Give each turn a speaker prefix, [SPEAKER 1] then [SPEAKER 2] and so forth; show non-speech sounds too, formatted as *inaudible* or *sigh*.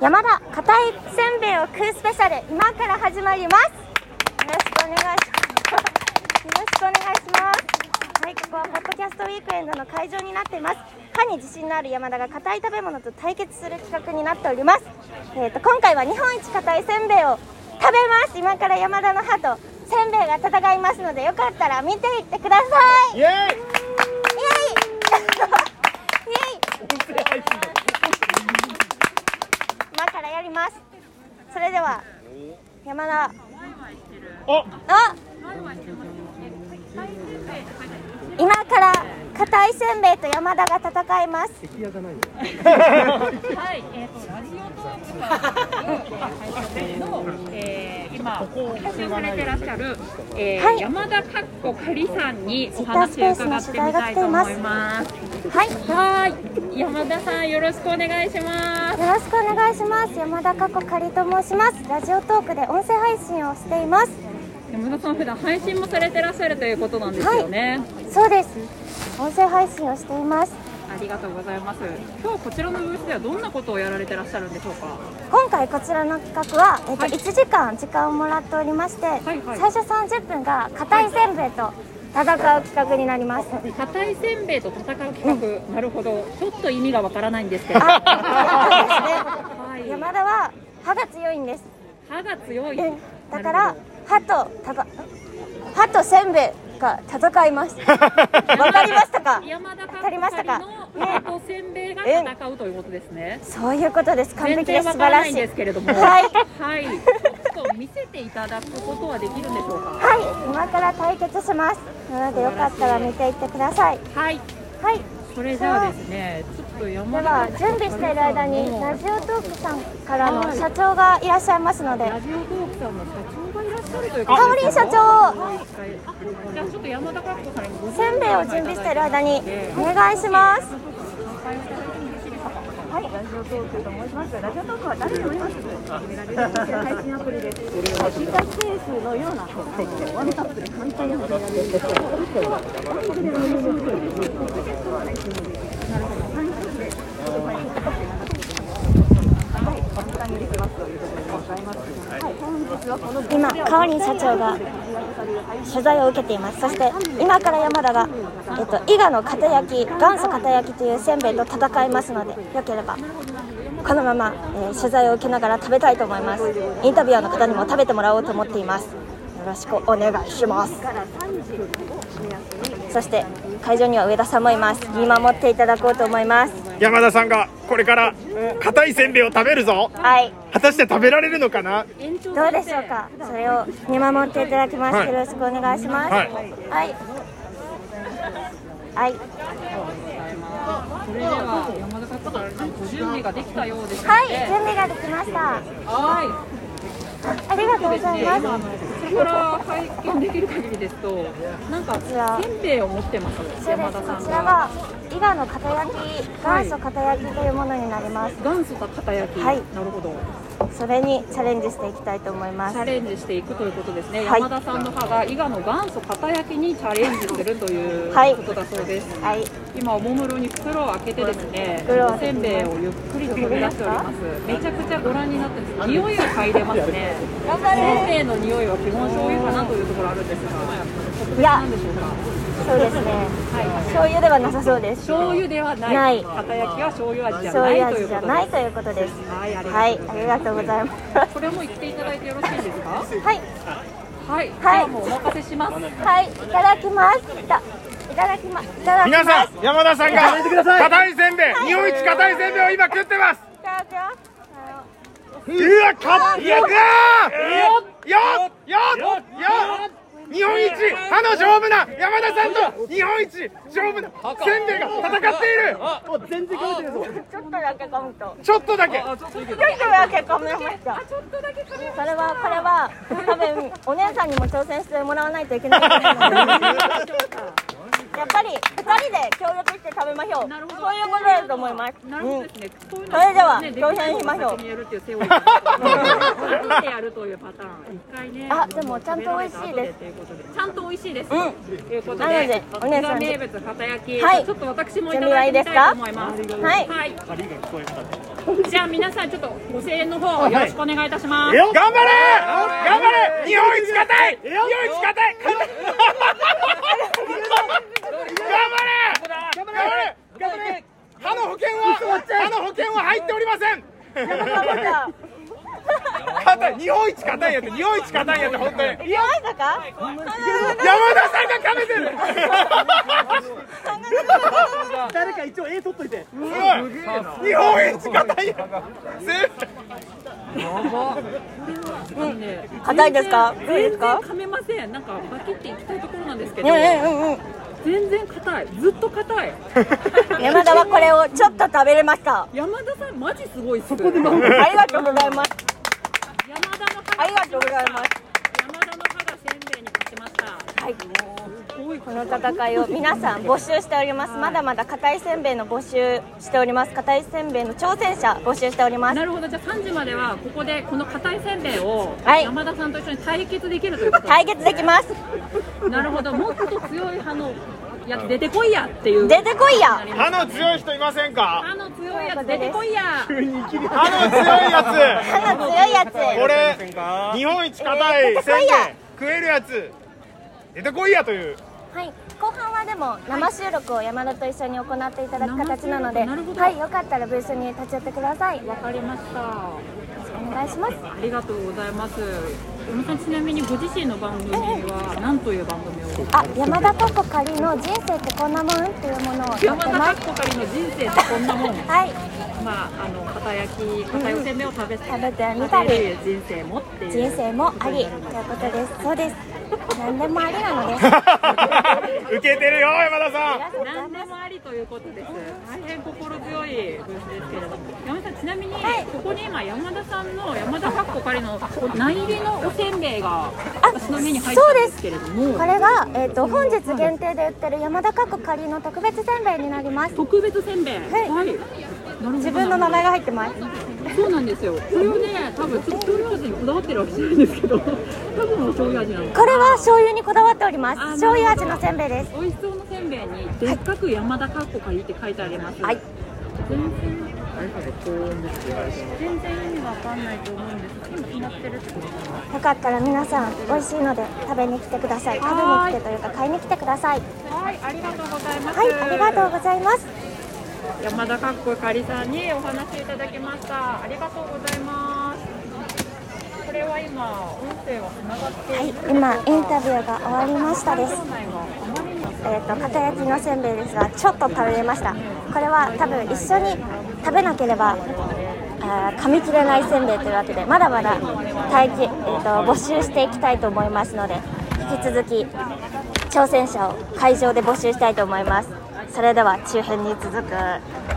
[SPEAKER 1] 山田硬いせんべいを食うスペシャル今から始まりますよろしくお願いしますよろしくお願いしますはいここはポッドキャストウィークエンドの会場になっています歯に自信のある山田が硬い食べ物と対決する企画になっておりますえっ、と今回は日本一硬いせんべいを食べます今から山田の歯とせんべいが戦いますのでよかったら見ていってくださいイエイイエ
[SPEAKER 2] エーイ
[SPEAKER 1] イ今からやりますそれでは山田
[SPEAKER 2] あ
[SPEAKER 1] あ今から硬いせんべいと山田が戦います
[SPEAKER 3] はい、えっ、と、ラジオトークさんの配信の、えー、今、配信されてらっしゃる、えー
[SPEAKER 1] はい
[SPEAKER 3] 山田かっこかりさんにお話を伺ってみたいと思います。
[SPEAKER 1] はいよ
[SPEAKER 3] はい、山田さん、よろしくお願いします。
[SPEAKER 1] ろしくお願いします山田かこかりと申しますラジオトークで音声配信をしています
[SPEAKER 3] 山田さん、普段配信もされてらっしゃるということなんですよね。
[SPEAKER 1] そうです音声配信をしています
[SPEAKER 3] ありがとうございます。今日こちらのブースではどんなことをやられてらっしゃるんでしょうか。
[SPEAKER 1] 今回こちらの企画は、えっと
[SPEAKER 3] はい
[SPEAKER 1] 1時間時間をもらっておりまして、
[SPEAKER 3] いはい
[SPEAKER 1] 最初30分が硬いせんべいと戦う企画になり
[SPEAKER 3] *laughs*
[SPEAKER 1] ます、
[SPEAKER 3] 硬いせんべいと戦う企画、なるほど。ちょっと意味がわからないんですけど。
[SPEAKER 1] あ、そうです
[SPEAKER 3] はい
[SPEAKER 1] ね。山田は歯が強いんです。
[SPEAKER 3] 歯が強い
[SPEAKER 1] え。だから歯とたが歯とせんべいが戦い
[SPEAKER 3] *laughs*
[SPEAKER 1] ます。わかりましたか？
[SPEAKER 3] 山田か
[SPEAKER 1] わかりましたか
[SPEAKER 3] のハとせんべいが戦うということですね。
[SPEAKER 1] そういうことです。完
[SPEAKER 3] 全
[SPEAKER 1] 璧で
[SPEAKER 3] 然
[SPEAKER 1] す
[SPEAKER 3] わ
[SPEAKER 1] 素
[SPEAKER 3] か
[SPEAKER 1] 晴
[SPEAKER 3] ら
[SPEAKER 1] ら
[SPEAKER 3] な
[SPEAKER 1] し
[SPEAKER 3] い
[SPEAKER 1] い。
[SPEAKER 3] んですけれども、
[SPEAKER 1] はい
[SPEAKER 3] はい、ちょっと見せていただくことはできるんでしょうか。
[SPEAKER 1] はい、今から対決します。なのでよかったら見ていってください。
[SPEAKER 3] はい、
[SPEAKER 1] はい。
[SPEAKER 3] それじゃあですね、ちょっと
[SPEAKER 1] で
[SPEAKER 3] 山
[SPEAKER 1] は
[SPEAKER 3] 田
[SPEAKER 1] 準備している間にラジオトークさんからの社長がいらっしゃいますので、
[SPEAKER 3] ラジオトークさんの社長がいらっしゃるというこ
[SPEAKER 1] か
[SPEAKER 3] と
[SPEAKER 1] おりん
[SPEAKER 3] です
[SPEAKER 1] 社
[SPEAKER 3] よ。
[SPEAKER 1] 長、
[SPEAKER 3] じゃあちょっと山田かっこさんにご
[SPEAKER 1] せんべいを準備している間にお願いします。
[SPEAKER 4] はい、ラジオトークと申します。ラジオトークは誰でもいます。配信アプリです。ツイッタースペースのようなコンテンツでワンタップで簡単に始められるんですけど、ワンタップでもいいしポッドキャストは配信もできるなるほど。単純で、はい、簡単にできますということでございます。はい、本日はこの
[SPEAKER 1] 今、かおりん社長が取材を受けています。そして、今から山田が、えっと、伊賀の片焼き、元祖片焼きというせんべいと戦いますので、よければ、このまま、えー取材を受けながら食べたいと思います。インタビュアーの方にも食べてもらおうと思っています。よろしくお願いします。そして、会場には上田さんもいます。見守っていただこうと思います。
[SPEAKER 2] 山田さんがこれから硬いせんべいを食べるぞ
[SPEAKER 1] はい。
[SPEAKER 2] 果たして食べられるのかな
[SPEAKER 1] どうでしょうか。それを見守っていただきます。
[SPEAKER 2] はい
[SPEAKER 1] よろしくお願いします。は
[SPEAKER 2] はいい。
[SPEAKER 1] はい。はい。
[SPEAKER 3] それでは山田かっこさん、ご準備ができたようですので、
[SPEAKER 1] 準備ができました。
[SPEAKER 3] はい。
[SPEAKER 1] ありがとうございま
[SPEAKER 3] 今こちらから拝見できる限りですと、なんかせんべいを持ってます
[SPEAKER 1] す。、そうで
[SPEAKER 3] 山
[SPEAKER 1] す。
[SPEAKER 3] 田さん
[SPEAKER 1] こちら
[SPEAKER 3] が。
[SPEAKER 1] は伊賀の片焼き、元祖片焼きというものになります。
[SPEAKER 3] 元祖片焼き、
[SPEAKER 1] はい
[SPEAKER 3] なるほど、
[SPEAKER 1] それにチャレンジしていきたいと思います
[SPEAKER 3] チ。ャレンジしていくということですね、
[SPEAKER 1] はい
[SPEAKER 3] 山田さんの歯が伊賀の元祖片焼きにチャレンジするという
[SPEAKER 1] はい
[SPEAKER 3] ことだそうです、
[SPEAKER 1] はい。
[SPEAKER 3] 今、おもむろに袋を開けて、ですね
[SPEAKER 1] 袋を
[SPEAKER 3] おせんべいをゆっくりと取り出しております、めちゃくちゃご覧になってます、匂いを嗅いでますね、せんべいの匂いは基本醤油かなというところあるんですが、特別なんでしょうか。
[SPEAKER 1] そうですね。醤油ではなさそうです。
[SPEAKER 3] 醤油ではない
[SPEAKER 1] ない
[SPEAKER 3] 片焼きは醤油味じゃ
[SPEAKER 1] 醤
[SPEAKER 3] ない
[SPEAKER 1] 油
[SPEAKER 3] とい
[SPEAKER 1] 味
[SPEAKER 3] う
[SPEAKER 1] じ
[SPEAKER 3] こ
[SPEAKER 1] ゃ
[SPEAKER 3] と
[SPEAKER 1] ない
[SPEAKER 3] で
[SPEAKER 1] ということです。
[SPEAKER 3] すはいありがとうございます、
[SPEAKER 1] はい。ありがとうございます。
[SPEAKER 3] これも言っていただいてよろしいですか。
[SPEAKER 1] はい。
[SPEAKER 3] はい、じゃあもうお任せします。
[SPEAKER 1] はい。いただきます。いたいただきます。いただきます。
[SPEAKER 2] 皆さん山田さんが
[SPEAKER 4] やめてください
[SPEAKER 2] 硬いせんべい日本一硬いせんべいを今食ってます
[SPEAKER 1] いただきます。
[SPEAKER 2] うわかっいやよっよっよっよっ日本一歯の丈夫な山田さんと日本一丈夫なせんべいが戦っている
[SPEAKER 4] もう全然食べてるぞ。
[SPEAKER 1] ちょっとだけ噛むと。
[SPEAKER 2] ちょっとだけ
[SPEAKER 1] ちょっとだけ噛めました。それはこれは多分お姉さんにも挑戦してもらわないといけないと思うので。やっぱり二人で協力して食べましょう。そういうことだと思います。
[SPEAKER 3] なるほどですね。こういうの
[SPEAKER 1] それでは
[SPEAKER 3] ね
[SPEAKER 1] 挑戦しましょう
[SPEAKER 3] できないことを先にやるっていうセオリーが。見てやるというパターン。一回ね。
[SPEAKER 1] あでもちゃんと美味しいです
[SPEAKER 3] 食べれた後ということでちゃんと美味しいです。
[SPEAKER 1] うん
[SPEAKER 3] ということで、
[SPEAKER 1] なのでお姉
[SPEAKER 3] 伊
[SPEAKER 1] さ
[SPEAKER 3] 賀
[SPEAKER 1] ん
[SPEAKER 3] 名物片焼き。
[SPEAKER 1] はい
[SPEAKER 3] ちょっと私もいただいてみたいと思います。
[SPEAKER 1] はい
[SPEAKER 3] は
[SPEAKER 2] が
[SPEAKER 3] い。
[SPEAKER 2] 聞こえた
[SPEAKER 3] じゃあ皆さんちょっとご声援の方よろしくお願いいたします。
[SPEAKER 2] 頑張れ頑張れ日本一硬い日本一硬い硬い頑張れ頑張れ頑張れ歯の保険は歯の保険は入っておりません硬い日本一硬いやつ日本一硬いやつ本当に山
[SPEAKER 1] 弱いのか
[SPEAKER 2] 田さんが噛めてる
[SPEAKER 5] 誰か一応絵取っといて。
[SPEAKER 2] すごい日本一硬いやつす
[SPEAKER 1] 硬いですかどうで
[SPEAKER 3] 全
[SPEAKER 1] す
[SPEAKER 3] 然
[SPEAKER 1] か
[SPEAKER 3] 噛めません。なんかバキっていきたいところなんですけ
[SPEAKER 1] う
[SPEAKER 3] ど、
[SPEAKER 1] んうんうんうん
[SPEAKER 3] 全然硬い。ずっと
[SPEAKER 1] *laughs*
[SPEAKER 3] 硬い。
[SPEAKER 1] 山田はこれをちょっと食べれました
[SPEAKER 3] 山田さんマジすごいっす。そ
[SPEAKER 1] ありがとうございます
[SPEAKER 3] 山田の歯
[SPEAKER 1] ありがとうございます
[SPEAKER 3] 山田の歯がせんべいに勝ちました。
[SPEAKER 1] はい、この戦いを皆さん募集しております、まだまだ硬いせんべいの募集しております、硬いせんべいの挑戦者、募集しております
[SPEAKER 3] な、るほど。じゃあ3時まではここでこの硬いせんべいを
[SPEAKER 1] はい
[SPEAKER 3] 山田さんと一緒に対決できるということ。
[SPEAKER 1] 対決できます、
[SPEAKER 3] なるほど。もっと強い歯のやつ出てこいやっていう。
[SPEAKER 1] 出てこいや、
[SPEAKER 2] 歯の強い人いませんか
[SPEAKER 3] 歯の強いやつ出てこいや。
[SPEAKER 2] 歯の強いやつ
[SPEAKER 1] 歯の強いやつ、
[SPEAKER 2] これ日本一硬
[SPEAKER 1] え
[SPEAKER 2] い
[SPEAKER 1] ー出て
[SPEAKER 2] せん
[SPEAKER 1] こ
[SPEAKER 2] べ
[SPEAKER 1] い
[SPEAKER 2] い
[SPEAKER 1] や
[SPEAKER 2] 食えるやつ出てこいやという *laughs*
[SPEAKER 1] はい、後半はでも生収録を山田と一緒に行っていただく形なので、
[SPEAKER 3] 生収録なるほど
[SPEAKER 1] はい、よかったら部室に立ち寄ってください、よ
[SPEAKER 3] わかりました。
[SPEAKER 1] ろしくお願いします。
[SPEAKER 3] ありがとうございます。小野さんちなみにご自身の番組は何という番組を？
[SPEAKER 1] あ、山田ココカリの人生ってこんなもんっていうものをやって
[SPEAKER 3] 山田か
[SPEAKER 1] ま
[SPEAKER 3] っ
[SPEAKER 1] す。
[SPEAKER 3] こかりの人生ってこんなもん。
[SPEAKER 1] はい、
[SPEAKER 3] まああの片焼き片寄せ目を食べて、
[SPEAKER 1] 食べてみたり
[SPEAKER 3] 食べる人生もっていう。
[SPEAKER 1] 人生もありということです。そうです。何でもありなのです。 *laughs*
[SPEAKER 2] 受けてるよ山田さん
[SPEAKER 3] 何でもありということです。大変心強いブースですけれども、山田さんちなみに、ここに今山田さんの山田かっこかりの内入りのおせんべいが私の目に入ったんですけれども
[SPEAKER 1] こ、れが、えー、と本日限定で売ってる山田かっこ仮の特別せんべいになります
[SPEAKER 3] 特別せんべい。
[SPEAKER 1] はい
[SPEAKER 3] なるほど
[SPEAKER 1] 自分の名前が入ってます
[SPEAKER 3] そうなんですよ。これをね、多分ちょっと醤油味にこだわってるわけじゃないんですけど、多分お醤油味なんです。
[SPEAKER 1] これは醤油にこだわっております
[SPEAKER 3] あ
[SPEAKER 1] 醤油味のせんべいです
[SPEAKER 3] 美味しそうなせんべいにでっかく山田かっこかいいって書いてあります。
[SPEAKER 1] はい。
[SPEAKER 3] 全然全然意味わかんないと思うんですが、今決まってるってことですか。
[SPEAKER 1] よかったら皆さん美味しいので食べに来てください食べ
[SPEAKER 3] はーい
[SPEAKER 1] に来てというか買いに来てください
[SPEAKER 3] はい、ありがとうございます。
[SPEAKER 1] はいありがとうございます
[SPEAKER 3] う。山田かっこかりさんにお話いただきました。ありがとうございます。これは今音声は繋がって
[SPEAKER 1] はい
[SPEAKER 3] いるでしょうか
[SPEAKER 1] 今インタビューが終わりましたです
[SPEAKER 3] 会場内があまりにも
[SPEAKER 1] えー、と片焼きのせんべいですがちょっと食べれましたこれは多分一緒に食べなければあー噛み切れないせんべいというわけでまだまだ待機、えー、と募集していきたいと思いますので引き続き挑戦者を会場で募集したいと思いますそれでは中編に続く